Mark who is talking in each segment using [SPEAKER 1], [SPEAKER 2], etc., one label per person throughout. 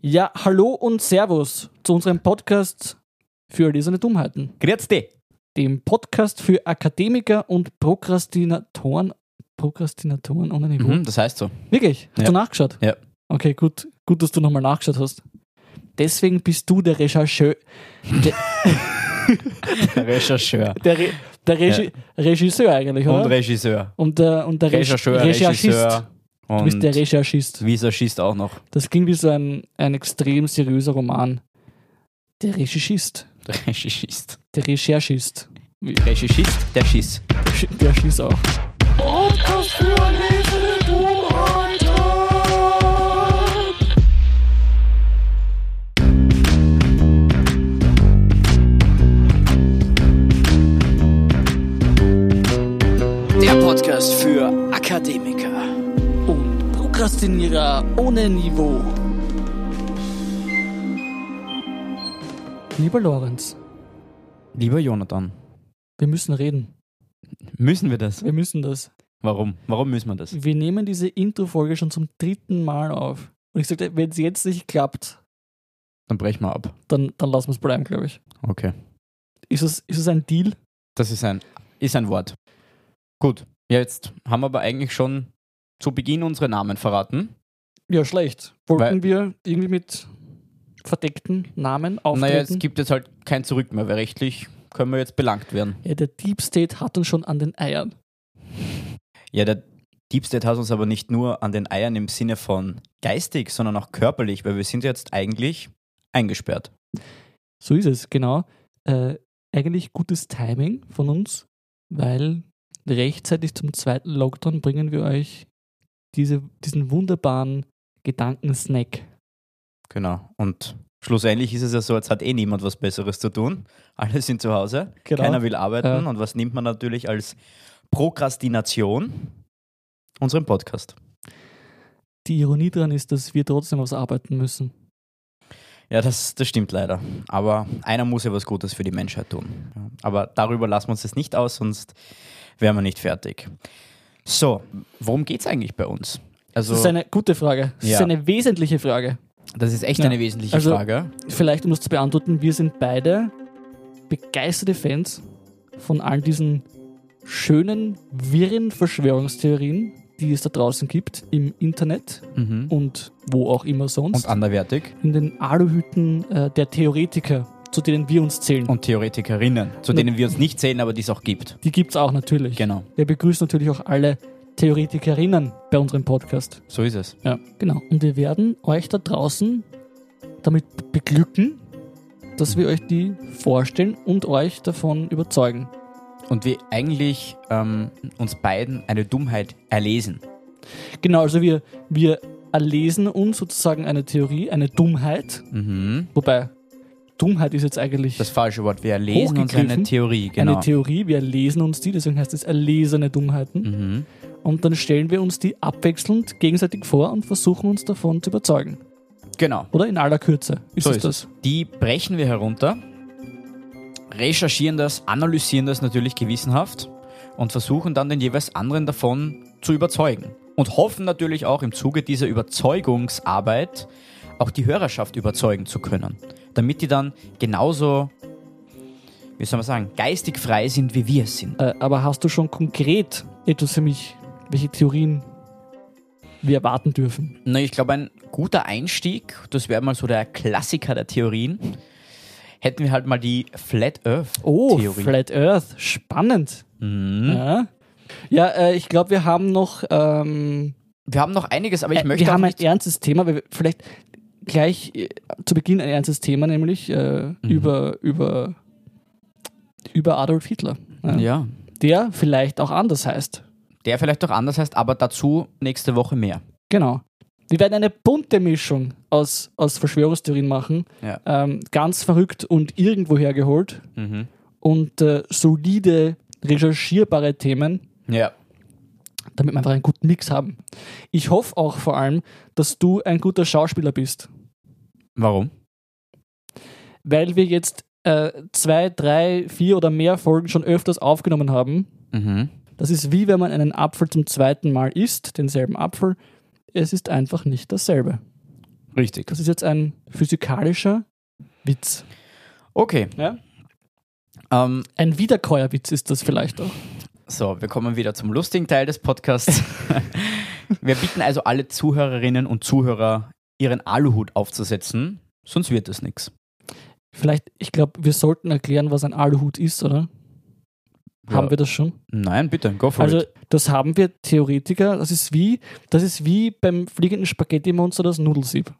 [SPEAKER 1] Ja, hallo und Servus zu unserem Podcast für erlesene Dummheiten.
[SPEAKER 2] Grüezi.
[SPEAKER 1] Dem Podcast für Akademiker und Prokrastinatoren. Prokrastinatoren ohne Niveau.
[SPEAKER 2] Mhm, das heißt so.
[SPEAKER 1] Wirklich? Hast
[SPEAKER 2] Ja.
[SPEAKER 1] du nachgeschaut?
[SPEAKER 2] Ja.
[SPEAKER 1] Okay, gut. Gut, dass du nochmal nachgeschaut hast. Deswegen bist du der Rechercheur.
[SPEAKER 2] Rechercheur.
[SPEAKER 1] Der, Re der Regi Regisseur eigentlich,
[SPEAKER 2] Und
[SPEAKER 1] oder?
[SPEAKER 2] Regisseur.
[SPEAKER 1] und der, und der Re-
[SPEAKER 2] Rechercheur,
[SPEAKER 1] Recherchist.
[SPEAKER 2] Regisseur.
[SPEAKER 1] Du bist
[SPEAKER 2] Und
[SPEAKER 1] der Recherchist.
[SPEAKER 2] Visagist auch noch.
[SPEAKER 1] Das klingt wie so ein, ein extrem seriöser Roman. Der Recherchist.
[SPEAKER 2] Der Regissist.
[SPEAKER 1] Der Recherchist.
[SPEAKER 2] Regissist, der Schiss.
[SPEAKER 1] Sch- Der schießt auch.
[SPEAKER 3] Der Podcast für Akademiker.
[SPEAKER 1] Und Prokrastinierer ohne Niveau. Lieber Lorenz,
[SPEAKER 2] Lieber Jonathan,
[SPEAKER 1] wir müssen reden.
[SPEAKER 2] müssen wir das?
[SPEAKER 1] Wir müssen das.
[SPEAKER 2] Warum? Warum müssen wir das?
[SPEAKER 1] Wir nehmen diese Intro-Folge schon zum dritten Mal auf. Und ich sagte, wenn es jetzt nicht klappt,
[SPEAKER 2] Dann brechen wir ab.
[SPEAKER 1] dann, dann lassen wir es bleiben, glaube ich.
[SPEAKER 2] Okay.
[SPEAKER 1] Ist es, ist es ein Deal?
[SPEAKER 2] Das ist ein, ist ein Wort. Gut. Ja, jetzt haben wir aber eigentlich schon zu Beginn unsere Namen verraten.
[SPEAKER 1] Ja, schlecht. Wollten wir irgendwie mit verdeckten Namen auftreten?
[SPEAKER 2] Naja, es gibt jetzt halt kein Zurück mehr, weil rechtlich können wir jetzt belangt werden.
[SPEAKER 1] ja, der Deep State hat uns schon an den Eiern.
[SPEAKER 2] Ja, der Deep State hat uns aber nicht nur an den Eiern im Sinne von geistig, sondern auch körperlich, weil wir sind jetzt eigentlich eingesperrt.
[SPEAKER 1] So ist es, genau. Äh, eigentlich gutes Timing von uns, weil rechtzeitig zum zweiten Lockdown bringen wir euch diese, diesen wunderbaren Gedankensnack.
[SPEAKER 2] Genau. Und schlussendlich ist es ja so, als hat eh niemand was Besseres zu tun. Alle sind zu Hause,
[SPEAKER 1] Genau.
[SPEAKER 2] keiner will arbeiten.
[SPEAKER 1] Ja.
[SPEAKER 2] Und was nimmt man natürlich als Prokrastination? Unseren Podcast.
[SPEAKER 1] Die Ironie daran ist, dass wir trotzdem was arbeiten müssen.
[SPEAKER 2] Ja, das, das stimmt leider. Aber einer muss ja was Gutes für die Menschheit tun. Ja. Aber darüber lassen wir uns das nicht aus, sonst wären wir nicht fertig. So, worum geht es eigentlich bei uns? Also,
[SPEAKER 1] das ist eine gute Frage. Das ist
[SPEAKER 2] Ja.
[SPEAKER 1] eine wesentliche Frage.
[SPEAKER 2] echt
[SPEAKER 1] Ja.
[SPEAKER 2] eine wesentliche
[SPEAKER 1] Also-
[SPEAKER 2] Frage.
[SPEAKER 1] Vielleicht, um das zu beantworten, wir sind beide begeisterte Fans von all diesen schönen, wirren Verschwörungstheorien, die es da draußen gibt im Internet
[SPEAKER 2] Mhm.
[SPEAKER 1] und wo auch immer sonst.
[SPEAKER 2] Und anderwertig.
[SPEAKER 1] in den Aluhüten äh, der Theoretiker, zu denen wir uns zählen.
[SPEAKER 2] Und Theoretikerinnen, zu
[SPEAKER 1] Und-
[SPEAKER 2] denen wir uns nicht zählen, aber die es auch gibt.
[SPEAKER 1] die gibt's auch natürlich.
[SPEAKER 2] Genau,
[SPEAKER 1] Wir begrüßen natürlich auch alle Theoretikerinnen bei unserem Podcast.
[SPEAKER 2] so ist es.
[SPEAKER 1] Ja. Genau. Und wir werden euch da draußen damit beglücken, dass wir euch die vorstellen und euch davon überzeugen.
[SPEAKER 2] Und wir eigentlich ähm, uns beiden eine Dummheit erlesen.
[SPEAKER 1] Genau, also wir, wir erlesen uns sozusagen eine Theorie, eine Dummheit,
[SPEAKER 2] Mhm.
[SPEAKER 1] wobei Dummheit ist jetzt eigentlich
[SPEAKER 2] Das falsche Wort. Wir erlesen uns
[SPEAKER 1] Hochgegriffen.
[SPEAKER 2] eine Theorie. Genau.
[SPEAKER 1] eine Theorie, wir erlesen uns die, deswegen heißt es erlesene Dummheiten.
[SPEAKER 2] Mhm.
[SPEAKER 1] Und dann stellen wir uns die abwechselnd gegenseitig vor und versuchen uns davon zu überzeugen.
[SPEAKER 2] Genau.
[SPEAKER 1] Oder in aller Kürze. Ist
[SPEAKER 2] So
[SPEAKER 1] es
[SPEAKER 2] ist
[SPEAKER 1] das?
[SPEAKER 2] Die brechen wir herunter, recherchieren das, analysieren das natürlich gewissenhaft und versuchen dann den jeweils anderen davon zu überzeugen. Und hoffen natürlich auch im Zuge dieser Überzeugungsarbeit auch die Hörerschaft überzeugen zu können. Damit die dann genauso, wie soll man sagen, geistig frei sind, wie wir es sind.
[SPEAKER 1] Äh, aber hast du schon konkret etwas für mich, welche Theorien wir erwarten dürfen?
[SPEAKER 2] Na, ich glaube, ein guter Einstieg, das wäre mal so der Klassiker der Theorien, hätten wir halt mal die Flat Earth
[SPEAKER 1] Oh,
[SPEAKER 2] Theorie.
[SPEAKER 1] Flat Earth. Spannend.
[SPEAKER 2] mhm.
[SPEAKER 1] Ja, ja äh, ich glaube, wir haben noch. Ähm,
[SPEAKER 2] Wir haben noch einiges, aber ich
[SPEAKER 1] äh,
[SPEAKER 2] möchte
[SPEAKER 1] wir
[SPEAKER 2] auch
[SPEAKER 1] haben ein
[SPEAKER 2] nicht.
[SPEAKER 1] ernstes Thema, weil wir vielleicht gleich äh, zu Beginn ein ernstes Thema, nämlich äh,
[SPEAKER 2] Mhm.
[SPEAKER 1] über, über, über Adolf Hitler. Ja.
[SPEAKER 2] Ja.
[SPEAKER 1] Der vielleicht auch anders heißt.
[SPEAKER 2] Der vielleicht auch anders heißt, aber dazu nächste Woche mehr.
[SPEAKER 1] Genau. Wir werden eine bunte Mischung aus, aus Verschwörungstheorien machen.
[SPEAKER 2] Ja.
[SPEAKER 1] Ähm, ganz verrückt und irgendwo hergeholt.
[SPEAKER 2] Mhm.
[SPEAKER 1] Und äh, solide, recherchierbare Themen,
[SPEAKER 2] Ja.
[SPEAKER 1] damit wir einfach einen guten Mix haben. Ich hoffe auch vor allem, dass du ein guter Schauspieler bist,
[SPEAKER 2] Warum?
[SPEAKER 1] weil wir jetzt äh, zwei, drei, vier oder mehr Folgen schon öfters aufgenommen haben.
[SPEAKER 2] Mhm.
[SPEAKER 1] Das ist wie wenn man einen Apfel zum zweiten Mal isst, denselben Apfel. Es ist einfach nicht dasselbe.
[SPEAKER 2] Richtig.
[SPEAKER 1] Das ist jetzt ein physikalischer Witz.
[SPEAKER 2] Okay.
[SPEAKER 1] Ja?
[SPEAKER 2] Ähm,
[SPEAKER 1] Ein Wiederkäuerwitz ist das vielleicht auch.
[SPEAKER 2] So, wir kommen wieder zum lustigen Teil des Podcasts. wir bitten also alle Zuhörerinnen und Zuhörer, ihren Aluhut aufzusetzen, sonst wird es nichts.
[SPEAKER 1] Vielleicht, ich glaube, wir sollten erklären, was ein Aluhut ist, oder? Haben wir das schon?
[SPEAKER 2] Nein, bitte, go for
[SPEAKER 1] Also,
[SPEAKER 2] it.
[SPEAKER 1] das haben wir Theoretiker. Das ist wie, das ist wie beim fliegenden Spaghetti-Monster das Nudelsieb.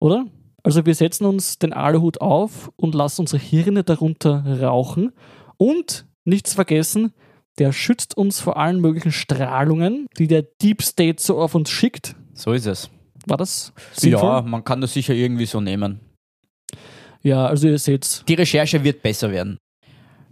[SPEAKER 1] Oder? Also, wir setzen uns den Aluhut auf und lassen unsere Hirne darunter rauchen. Und nichts vergessen, der schützt uns vor allen möglichen Strahlungen, die der Deep State so auf uns schickt.
[SPEAKER 2] So ist es.
[SPEAKER 1] War das sinnvoll?
[SPEAKER 2] Ja, man kann das sicher irgendwie so nehmen.
[SPEAKER 1] Ja, also ihr seht,
[SPEAKER 2] Die Recherche wird besser werden.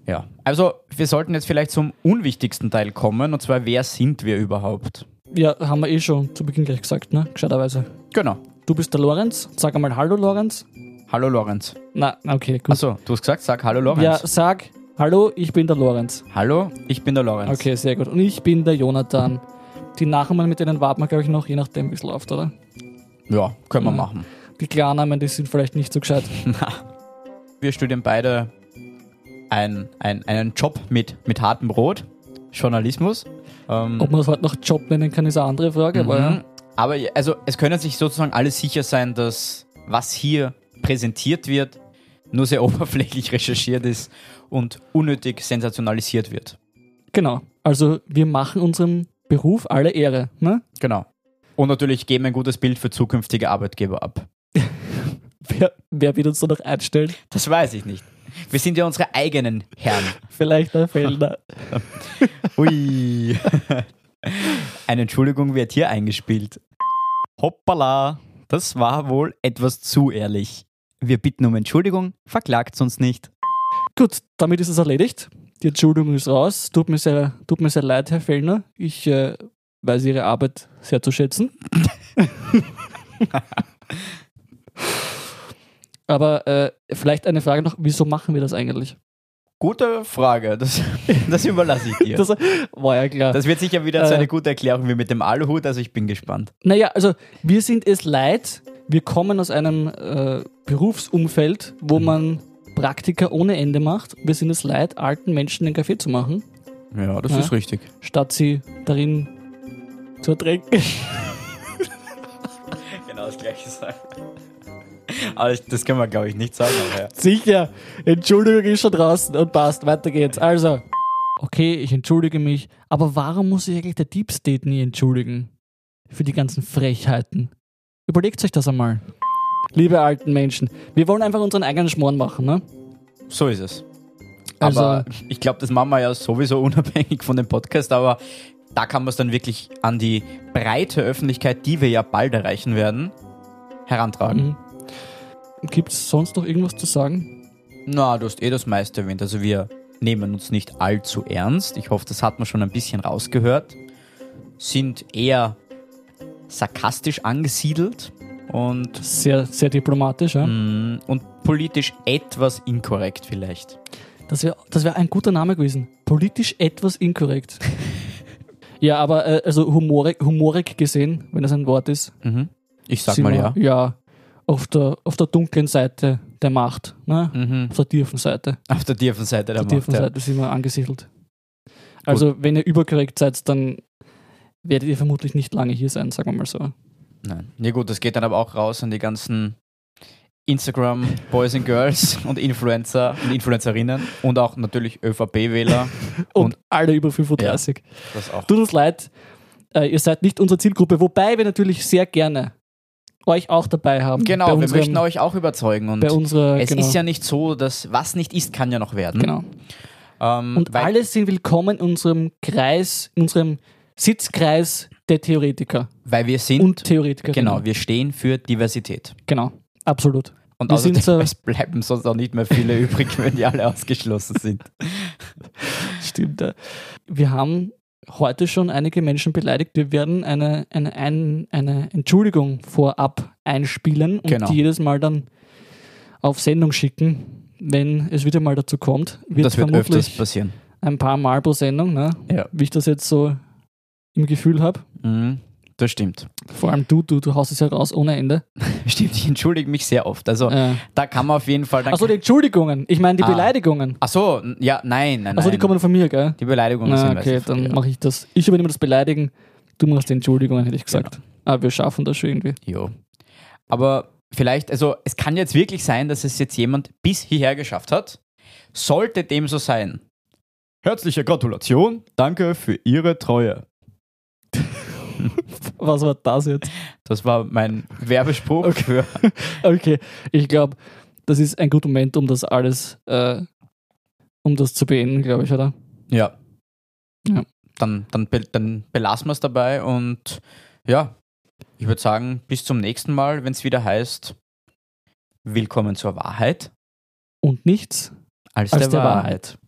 [SPEAKER 2] Ja, also wir sollten jetzt vielleicht zum unwichtigsten Teil kommen, und zwar, wer sind wir überhaupt?
[SPEAKER 1] ja, haben wir eh schon zu Beginn gleich gesagt, ne? Gescheiterweise.
[SPEAKER 2] Genau.
[SPEAKER 1] Du bist der Lorenz. Sag einmal Hallo, Lorenz.
[SPEAKER 2] Hallo Lorenz.
[SPEAKER 1] Na, okay, gut.
[SPEAKER 2] Achso, du hast gesagt, sag Hallo Lorenz.
[SPEAKER 1] ja, sag Hallo, ich bin der Lorenz.
[SPEAKER 2] Hallo, ich bin der Lorenz.
[SPEAKER 1] Okay, sehr gut. Und ich bin der Jonathan. Die Nachnamen, mit denen warten wir, glaube ich, noch, je nachdem, wie es läuft, oder?
[SPEAKER 2] Ja, können wir
[SPEAKER 1] Mhm.
[SPEAKER 2] machen.
[SPEAKER 1] Die Klarnamen, die sind vielleicht nicht so gescheit.
[SPEAKER 2] Mhm. Wir studieren beide ein, ein, einen Job mit, mit hartem Brot, Journalismus. Ähm,
[SPEAKER 1] Ob man es heute noch Job nennen kann, ist eine andere Frage, aber
[SPEAKER 2] mhm.
[SPEAKER 1] ja.
[SPEAKER 2] Aber also, es können sich sozusagen alle sicher sein, dass was hier präsentiert wird, nur sehr oberflächlich recherchiert ist und unnötig sensationalisiert wird.
[SPEAKER 1] Genau. Also, wir machen unserem Beruf alle Ehre, ne?
[SPEAKER 2] Genau. Und natürlich geben ein gutes Bild für zukünftige Arbeitgeber ab.
[SPEAKER 1] Wer, wer wird uns da noch einstellen?
[SPEAKER 2] Das weiß ich nicht. Wir sind ja unsere eigenen Herren.
[SPEAKER 1] Vielleicht ein Fellner.
[SPEAKER 2] Ui. Eine Entschuldigung wird hier eingespielt. Hoppala, das war wohl etwas zu ehrlich. Wir bitten um Entschuldigung, verklagt uns nicht.
[SPEAKER 1] Gut, damit ist es erledigt. Die Entschuldigung ist raus. Tut mir sehr, tut mir sehr leid, Herr Fellner. Ich äh, weiß Ihre Arbeit sehr zu schätzen. Aber äh, vielleicht eine Frage noch, wieso machen wir das eigentlich?
[SPEAKER 2] Gute Frage, das, das überlasse ich dir. Das,
[SPEAKER 1] Das war ja klar.
[SPEAKER 2] wird sicher wieder so
[SPEAKER 1] Äh.
[SPEAKER 2] eine gute Erklärung wie mit dem Aluhut, also ich bin gespannt.
[SPEAKER 1] Naja, also wir sind es leid. Wir kommen aus einem äh, Berufsumfeld, wo man Praktika ohne Ende macht. Wir sind es leid, alten Menschen den Kaffee zu machen.
[SPEAKER 2] Ja, das
[SPEAKER 1] Ja.
[SPEAKER 2] ist richtig.
[SPEAKER 1] statt sie darin zu ertränken.
[SPEAKER 2] Genau das gleiche sagen. Aber ich, das können wir, glaube ich, nicht sagen. Aber ja.
[SPEAKER 1] Sicher, Entschuldigung ist schon draußen und passt, weiter geht's. Also, okay, ich entschuldige mich, aber warum muss sich eigentlich der Deep State nie entschuldigen? Für die ganzen Frechheiten. Überlegt euch das einmal. Liebe alten Menschen, wir wollen einfach unseren eigenen Schmoren machen, ne?
[SPEAKER 2] So ist es.
[SPEAKER 1] Also-
[SPEAKER 2] aber ich glaube, das machen wir ja sowieso unabhängig von dem Podcast, aber da kann man es dann wirklich an die breite Öffentlichkeit, die wir ja bald erreichen werden, herantragen.
[SPEAKER 1] Mhm. Gibt's sonst noch irgendwas zu sagen?
[SPEAKER 2] Na, du hast eh das meiste erwähnt. Also wir nehmen uns nicht allzu ernst. Ich hoffe, das hat man schon ein bisschen rausgehört. Sind eher sarkastisch angesiedelt und,
[SPEAKER 1] Sehr, sehr diplomatisch,
[SPEAKER 2] Mhm.
[SPEAKER 1] ja?
[SPEAKER 2] mh, und politisch etwas inkorrekt vielleicht.
[SPEAKER 1] Das wäre das wär ein guter Name gewesen. Politisch etwas inkorrekt. ja, aber äh, also humorig, humorig gesehen, wenn das ein Wort ist.
[SPEAKER 2] Mhm. Ich sag
[SPEAKER 1] sind
[SPEAKER 2] mal
[SPEAKER 1] wir,
[SPEAKER 2] ja.
[SPEAKER 1] Ja, auf der, auf der dunklen Seite der Macht. Ne?
[SPEAKER 2] Mhm.
[SPEAKER 1] Auf der tiefen Seite.
[SPEAKER 2] Auf der tiefen Seite der
[SPEAKER 1] Auf der
[SPEAKER 2] Macht.
[SPEAKER 1] tiefen
[SPEAKER 2] Ja.
[SPEAKER 1] Seite sind wir angesiedelt. Also, wenn ihr überkorrekt seid, dann werdet ihr vermutlich nicht lange hier sein, sagen wir mal so.
[SPEAKER 2] Nein. Ja gut, das geht dann aber auch raus an die ganzen Instagram Boys and Girls und Influencer und Influencerinnen und auch natürlich ÖVP-Wähler.
[SPEAKER 1] Und, alle über 35.
[SPEAKER 2] Das auch.
[SPEAKER 1] Tut uns leid, äh, ihr seid nicht unsere Zielgruppe, wobei wir natürlich sehr gerne euch auch dabei haben. bei
[SPEAKER 2] Genau, wir
[SPEAKER 1] unserem-
[SPEAKER 2] möchten euch auch überzeugen und
[SPEAKER 1] bei unserer
[SPEAKER 2] es
[SPEAKER 1] genau,
[SPEAKER 2] ist ja nicht so, dass was nicht ist, kann ja noch werden.
[SPEAKER 1] genau.
[SPEAKER 2] Ähm,
[SPEAKER 1] Und
[SPEAKER 2] weil,
[SPEAKER 1] alle sind willkommen in unserem Kreis, in unserem Sitzkreis der Theoretiker
[SPEAKER 2] weil wir sind,
[SPEAKER 1] und Theoretikerinnen.
[SPEAKER 2] genau, wir stehen für Diversität.
[SPEAKER 1] genau. Absolut.
[SPEAKER 2] Und
[SPEAKER 1] Wir
[SPEAKER 2] außerdem,
[SPEAKER 1] sind äh, so-
[SPEAKER 2] es bleiben sonst auch nicht mehr viele übrig, wenn die alle ausgeschlossen sind.
[SPEAKER 1] Stimmt. ja. Wir haben heute schon einige Menschen beleidigt. Wir werden eine, eine, ein, eine Entschuldigung vorab einspielen und
[SPEAKER 2] Genau.
[SPEAKER 1] die jedes Mal dann auf Sendung schicken, wenn es wieder mal dazu kommt. Wird
[SPEAKER 2] das wird öfters
[SPEAKER 1] vermutlich
[SPEAKER 2] passieren.
[SPEAKER 1] ein paar Mal pro Sendung, ne?
[SPEAKER 2] Ja.
[SPEAKER 1] wie ich das jetzt so im Gefühl habe.
[SPEAKER 2] Mhm. Das stimmt.
[SPEAKER 1] Vor allem du, du, du haust es ja raus ohne Ende.
[SPEAKER 2] Stimmt, ich entschuldige mich sehr oft. Also
[SPEAKER 1] Äh.
[SPEAKER 2] da kann man auf jeden Fall dann.
[SPEAKER 1] Achso, die Entschuldigungen. Ich meine die
[SPEAKER 2] Ah.
[SPEAKER 1] Beleidigungen.
[SPEAKER 2] Ach so, n- ja, nein, nein.
[SPEAKER 1] Achso, die
[SPEAKER 2] nein.
[SPEAKER 1] kommen von mir, gell?
[SPEAKER 2] Die Beleidigungen
[SPEAKER 1] Na,
[SPEAKER 2] sind
[SPEAKER 1] okay,
[SPEAKER 2] meistens von
[SPEAKER 1] dann
[SPEAKER 2] dir.
[SPEAKER 1] mache ich das. Ich übernehme das Beleidigen, du machst die Entschuldigungen, hätte ich gesagt. Aber wir schaffen das schon irgendwie.
[SPEAKER 2] Jo. Aber vielleicht, also es kann jetzt wirklich sein, dass es jetzt jemand bis hierher geschafft hat. Sollte dem so sein. Herzliche Gratulation, danke für Ihre Treue.
[SPEAKER 1] Was war das jetzt?
[SPEAKER 2] Das war mein Werbespruch für
[SPEAKER 1] Okay, ich glaube, das ist ein guter Moment, um das alles, äh, um das zu beenden, glaube ich, oder?
[SPEAKER 2] Ja.
[SPEAKER 1] Ja.
[SPEAKER 2] Dann, dann, be dann belassen wir es dabei und ja, ich würde sagen, bis zum nächsten Mal, wenn es wieder heißt, willkommen zur Wahrheit
[SPEAKER 1] Und nichts
[SPEAKER 2] als,
[SPEAKER 1] Als
[SPEAKER 2] der,
[SPEAKER 1] der
[SPEAKER 2] Wahrheit.